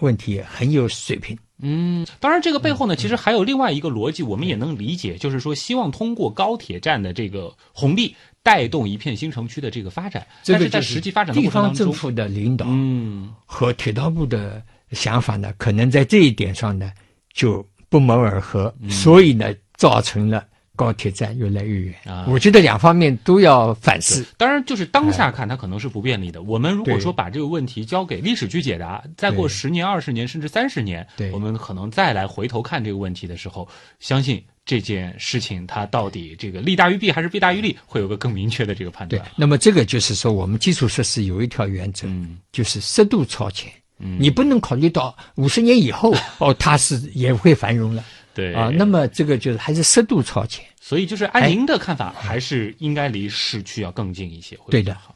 问题很有水平。嗯，当然这个背后呢，其实还有另外一个逻辑，我们也能理解，就是说希望通过高铁站的这个红利，带动一片新城区的这个发展。这但个是在就是实际发展的地过程方当政中，府的领导嗯，和铁道部的想法呢，可能在这一点上呢就不谋而合，嗯所以呢造成了高铁站越来越远。啊我觉得两方面都要反思。当然，就是当下看它可能是不便利的。我们如果哎对说把这个问题交给历史去解答，再过对十年、二十年甚至三十年，对我们可能再来回头看这个问题的时候，相信这件事情它到底这个利大于弊还是弊大于利，会有个更明确的这个判对断。，那么这个就是说，我们基础设施有一条原则，啊嗯就是适度超前。嗯 你不能考虑到五十年以后，哦，它是也会繁荣了。对啊，那么哎这个就是还是适度超前。所以就是按您的看法，还是应该离市区要更近一些，会对比较的好。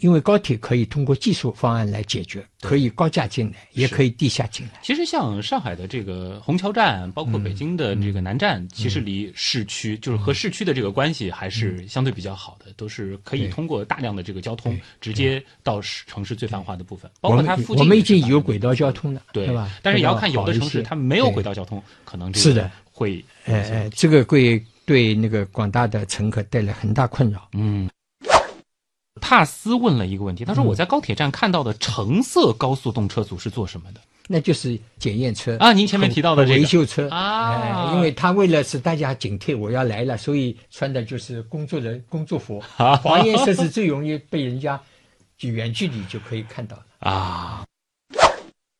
因为高铁可以通过技术方案来解决，可以高架进来，也可以地下进来。其实像上海的这个虹桥站，包括北京的这个南站，嗯其实离市区、就是和市区的这个关系还是相对比较好的，都是可以对通过大量的这个交通直接到市城市最繁华的部分，包我括们它附近我们已也是经繁有华的轨道交通了，对吧？但是也要看有好的一城市些它没有对轨道交通，可能这是个的会哎哎，这个会对那个广大的乘客带来很大困扰。嗯。帕斯问了一个问题，他嗯说：“我在高铁站看到的橙色高速动车组是做什么的那就是检验车啊您前面提到的和这个维修车啊哎因为他为了使大家警惕我要来了，所以穿的就是工作人工作服， 啊黄颜色是最容易被人家就远距离就可以看到的。啊？”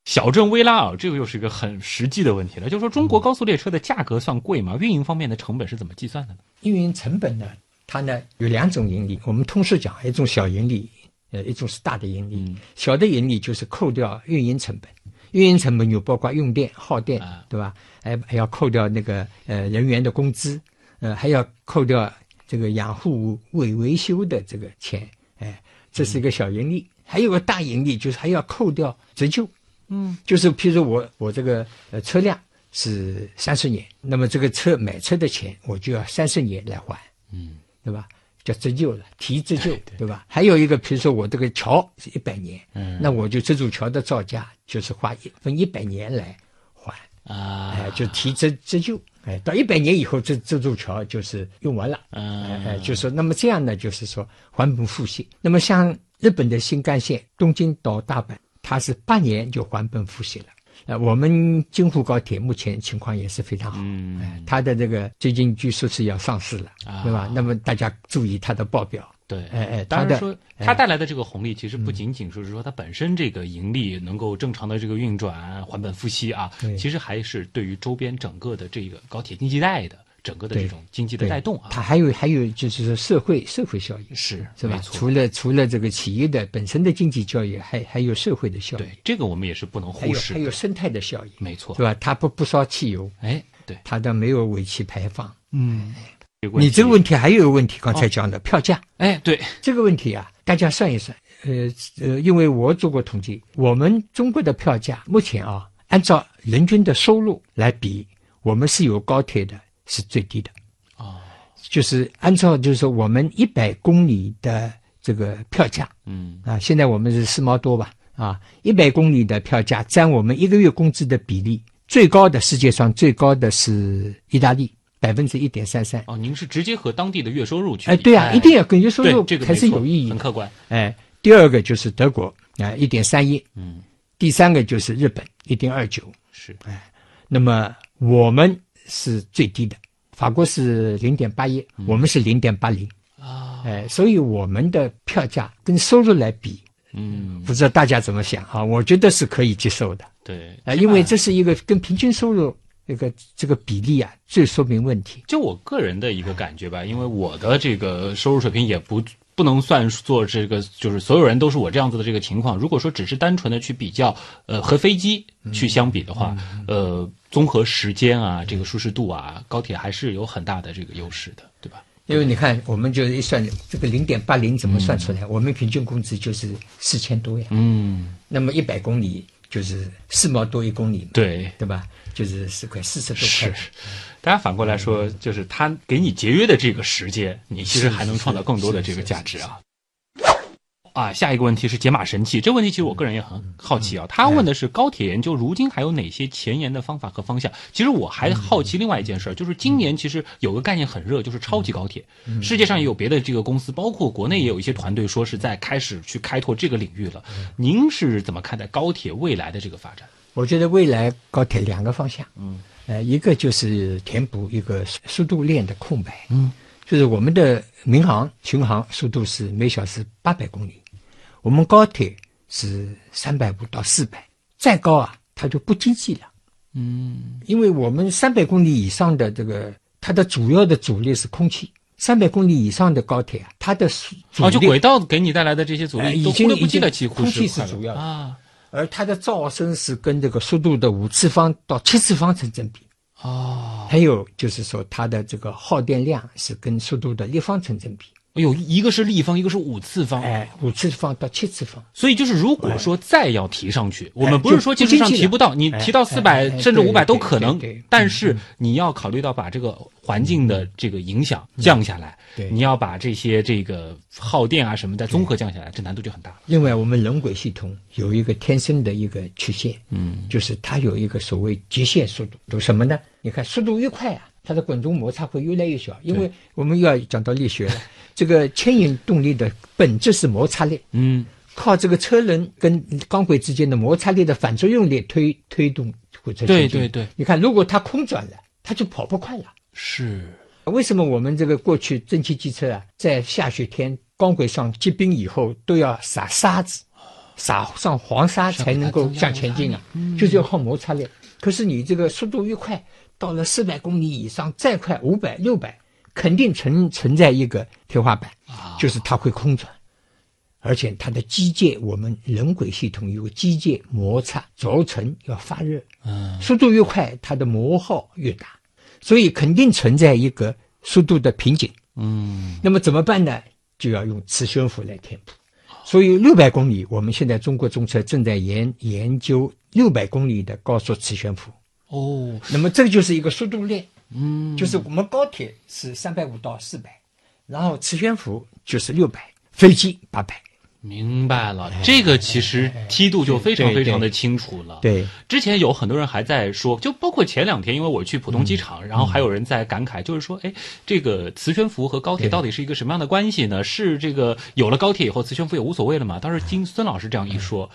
小镇维拉啊尔，这个又是一个很实际的问题了，就是说中嗯国高速列车的价格算贵吗？运营方面的成本是怎么计算的呢？运营成本呢，它呢有两种盈利，我们通俗讲，一种小盈利，呃，一种是大的盈利。嗯小的盈利就是扣掉运营成本，运营成本有包括用电、耗电啊，对吧？还还要扣掉那个呃人员的工资，呃，还要扣掉这个养护维维修的这个钱，哎，这是一个小盈利。还有个大盈利就是还要扣掉折旧，嗯，就是譬如我我这个呃车辆是三十年，那么这个车买车的钱我就要三十年来还，嗯，对吧？叫折旧了，提折旧，对吧？还有一个，比如说我这个桥是一百年，嗯那我就这座桥的造价就是花一分一百年来还，啊哎、就提折折旧，哎，到一百年以后，这这座桥就是用完了，哎、嗯哎，就是说，那么这样呢，就是说还本付息。那么像日本的新干线，东京到大阪，它是八年就还本付息了。呃，我们京沪高铁目前情况也是非常好，嗯哎它的这个最近据说是要上市了，啊对吧？那么大家注意它的报表，对，哎哎当它然的说哎它带来的这个红利，其实不仅仅说是说它本身这个盈利能够正常的这个运转、还本付息啊，对其实还是对于周边整个的这个高铁经济带的整个的这对种经济的对带动它啊，还有还有就是说社会社会效应是是吧没？错除了除了这个企业的本身的经济效益，还还有社会的效益对，这个我们也是不能还忽有还视有的，生态的效益，没错对，吧？它不不烧汽油，哎，对，它的没有尾气排放。嗯，你这个问题，哦题还有一个问题，刚才讲的、票价哎，对，这个问题啊，大家算一算。呃呃，因为我做过统计，我们中国的票价目前啊，按照人均的收入来比，我们是有高铁的是最低的。哦，就是按照就是说我们一百公里的这个票价嗯，啊，现在我们是四毛多吧啊，一百公里的票价占我们一个月工资的比例最高的，世界上最高的是意大利，百分之一点三三。哦，您是直接和当地的月收入去比，哎，对啊，一定要根据收入对这个还是没错有意义很的。客观，哎，第二个就是德国啊，一点三一；嗯，第三个就是日本，一点二九。是，那么我们是最低的，法国是零点八一，我们是零点八零。嗯啊，哎，所以我们的票价跟收入来比，嗯，不知道大家怎么想啊？我觉得是可以接受的。对，啊，因为这是一个跟平均收入那个这个比例啊，最说明问题。就我个人的一个感觉吧，因为我的这个收入水平也不不能算做这个，就是所有人都是我这样子的这个情况。如果说只是单纯的去比较，呃，和飞机去相比的嗯话，呃，综合时间啊，这个舒适度啊，高铁还是有很大的这个优势的，对吧？因为你看，我们就是一算，这个零点八零怎么算出来？我们平均工资就是四千多呀。嗯，那么一百公里就是四毛多一公里嘛，对。对吧？就是四块四十多是块。，大家反过来说，就是他给你节约的这个时间，你其实还能创造更多的这个价值啊。啊，下一个问题是解码神器。这问题其实我个人也很好奇啊。他问的是高铁研究如今还有哪些前沿的方法和方向。其实我还好奇另外一件事儿，就是今年其实有个概念很热，就是超级高铁。世界上也有别的这个公司，包括国内也有一些团队说是在开始去开拓这个领域了。您是怎么看待高铁未来的这个发展？我觉得未来高铁两个方向，嗯，呃，一个就是填补一个速速度链的空白，嗯，就是我们的民航巡航速度是每小时八百公里，我们高铁是三百五到四百，再高啊它就不经济了。嗯因为我们三百公里以上的这个，它的主要的阻力是空气。三百公里以上的高铁啊，它的阻阻哦，就力，轨道给你带来的这些阻哎力已都忽经略不已计经了，几乎空气是快乐主要的啊而它的噪声是跟这个速度的五次方到七次方成正比。啊、哦，还有就是说它的这个耗电量是跟速度的立方成正比，哎呦，一个是立方，一个是五次方，哎，五次方到七次方，所以就是，如果说再要提上去，我们哎不是就说不技术经上济提了不到，你哎提到四百哎哎甚至对五百都对可对能对对，嗯但是你要考虑到把这个环境的这个影响降下来，嗯对你要把这些这个耗电啊什么的综合降下来，这难度就很大。另外，我们人轨系统有一个天生的一个曲线，嗯，就是它有一个所谓极限速度，有什么呢？你看速度越快啊，它的滚动摩擦会越来越小，因为我们又要讲到力 学了。这个牵引动力的本质是摩擦力，嗯，靠这个车轮跟钢轨之间的摩擦力的反作用力推推动火车前对进。对对，你看，如果它空转了，它就跑不快了。是，为什么我们这个过去蒸汽机车啊，在下雪天钢轨上结冰以后都要撒沙子，撒上黄沙才能够向前进啊？就是要靠摩擦力。可是你这个速度越快，到了四百公里以上，再快五百、六百，肯定存存在一个天花板，就是它会空转。而且它的机械，我们人轨系统有机械摩擦轴承要发热，嗯，速度越快，它的磨耗越大，所以肯定存在一个速度的瓶颈。嗯，那么怎么办呢？就要用磁悬浮来填补。所以六百公里，我们现在中国中车正在研研究六百公里的高速磁悬浮。哦，那么这就是一个速度链，嗯，就是我们高铁是三百五到四百，然后磁悬浮就是六百，飞机八百。明白了，哎这个其实梯度就非常对非对常的清楚了。对，之前有很多人还在说，就包括前两天，因为我去浦嗯东机场，然后还有人在感慨，就是说，哎，这个磁悬浮和高铁对到底是一个什么样的关系呢？是这个有了高铁以后，磁悬浮也无所谓了嘛？当时听孙老师这样一说，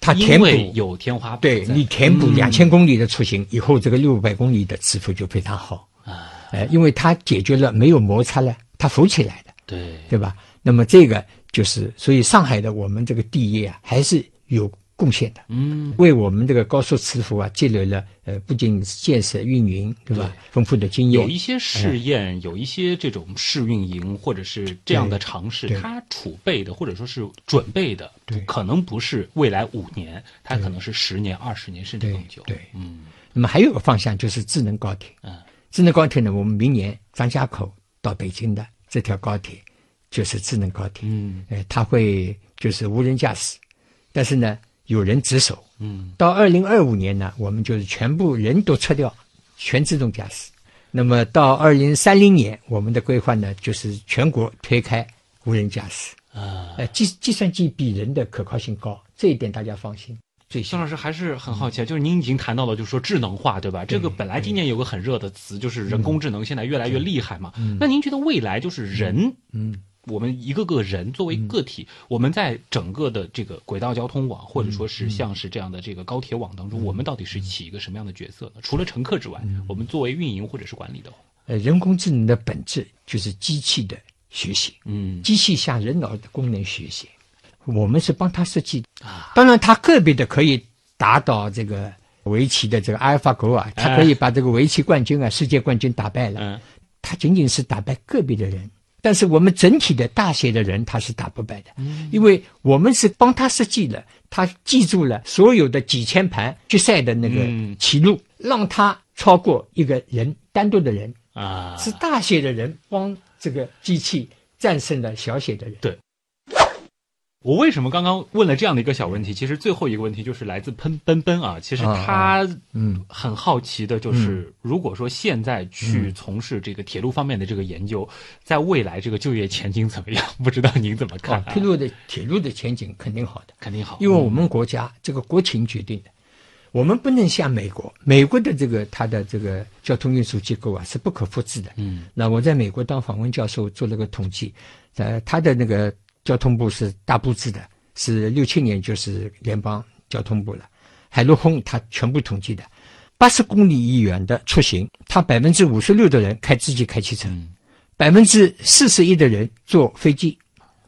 它因填补为有天花板在，对你填补两千公里的出行以后，这个六百公里的磁浮就非常好。啊，哎，因为它解决了没有摩擦了，它浮起来的，对，对吧？那么这个就是，所以上海的我们这个地业啊，还是有贡献的，嗯，为我们这个高速磁浮啊积累了呃，不仅建设运营，对吧？丰富的经验有一。些试验，有一些这种试运营或者是这样的尝试，对它储备的或者说是准备的，对可能不是未来五年，它可能是十年、二十年甚至对更久。对，嗯那么还有个方向就是智能高铁。嗯，智能高铁呢，我们明年张家口到北京的这条高铁就是智能高铁。嗯呃，它会就是无人驾驶，但是呢，有人值守。嗯，到二零二五年呢，我们就是全部人都撤掉，全自动驾驶。那么到二零三零年，我们的规划呢，就是全国推开无人驾驶。啊。呃，计计算机比人的可靠性高，这一点大家放心。最新孙老师还是很好奇啊，就是您已经谈到了，就是说智能化，对吧？这个本来今年有个很热的词，就是人工智能，现在越来越厉害嘛。那您觉得未来就是人，嗯，我们一个个人作为个体，我们在整个的这个轨道交通网，或者说是像是这样的这个高铁网当中，我们到底是起一个什么样的角色呢？除了乘客之外，我们作为运营或者是管理的话，呃，人工智能的本质就是机器的学习。嗯机器向人脑的功能学习，我们是帮他设计的啊。当然，它个别的可以打倒这个围棋的这个阿尔法狗啊，哎它可以把这个围棋冠军啊、世界冠军打败了。嗯，它仅仅是打败个别的人，但是我们整体的大写的人，他是打不败的，嗯因为我们是帮他设计了，他记住了所有的几千盘决赛的那个嗯棋路，让他超过一个人单独的人，啊，是大写的人帮这个机器战胜了小写的人。我为什么刚刚问了这样的一个小问题？其实最后一个问题就是来自喷奔奔啊，其实他嗯很好奇的就是，如果说现在去从事这个铁路方面的这个研究，在未来这个就业前景怎么样？ 不知道您怎么看、啊，铁路的铁路的前景肯定好的，肯定好，因为我们国家这个国情决定的，我们不能像美国，美国的这个它的这个交通运输机构啊是不可复制的。嗯，那我在美国当访问教授做了个统计，呃，它的那个交通部是大布置的，是六七年就是联邦交通部了，海陆空它全部统计的，八十公里以远的出行，它百分之五十六的人开自己开汽车。嗯百分之四十一的人坐飞机。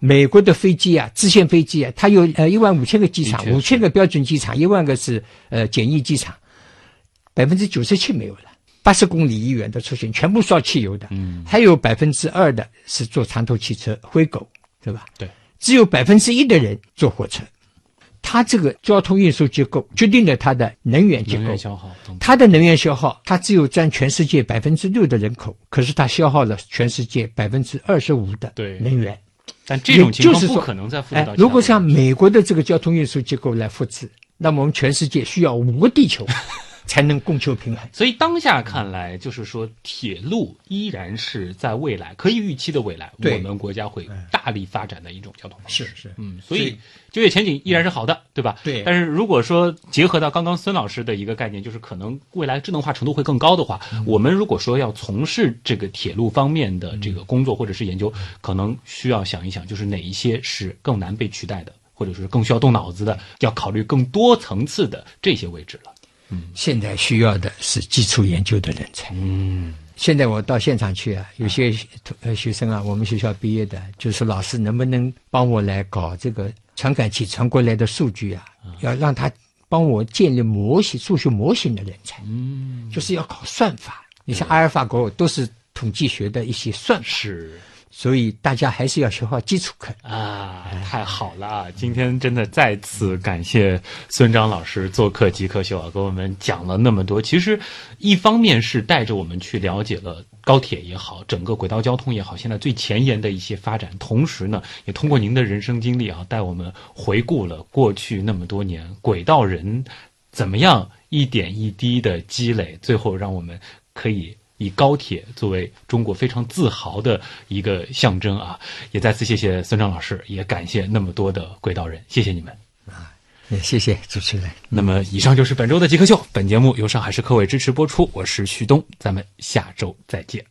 美国的飞机啊，支线飞机啊，它有呃一万五千个机场的，确五千个标准机场，一万个是呃简易机场，百分之九十七没有了。八十公里以远的出行全部烧汽油的，嗯还有百分之二的是坐长途汽车，灰狗，对吧？对，只有百分之一的人坐火车。它这个交通运输结构决定了它的能源结能构源。消耗嗯等等。它的能源消耗，它只有占全世界百分之六的人口，可是它消耗了全世界百分之二十五的对能源。但这种情也就是况说不可能再复制哎到。，如果像，美国的这个交通运输机构来复制，那么我们全世界需要五个 地球才能供求平衡。所以当下看来，就是说铁路依然是在未来可以预期的未来，对哎我们国家会大力发展的一种交通方式。是，嗯，所所以以就业前景依然是好的，对吧？对但是如果说结合到刚刚孙老师的一个概念，就是可能未来智能化程度会更高的话，我们如果说要从事这个铁路方面的这个工作或者是研究，可能需要想一想，就是哪一些是更难被取代的，或者是更需要动脑子的，要考虑更多层次的这些位置了。现在需要的是基础研究的人才。嗯，现在我到现场去啊，有些同呃学生啊，我们学校毕业的，就说老师能不能帮我来搞这个传感器传过来的数据啊，要让他帮我建立模型、数学模型的人才，嗯，就是要搞算法。你像阿尔法狗都是统计学的一些算法，是。所以大家还是要学好基础课。啊，太好了啊！今天真的再次感谢孙章老师做客《极客秀》啊，给我们讲了那么多。其实，一方面是带着我们去了解了高铁也好，整个轨道交通也好，现在最前沿的一些发展，同时呢，也通过您的人生经历啊，带我们回顾了过去那么多年轨道人怎么样一点一滴的积累，最后让我们可以以高铁作为中国非常自豪的一个象征啊！也再次谢谢孙张老师，也感谢那么多的轨道人，谢谢你们。也谢谢主持人。那么，以上就是本周的极客秀。本节目由上海市科委支持播出，我是旭东，咱们下周再见。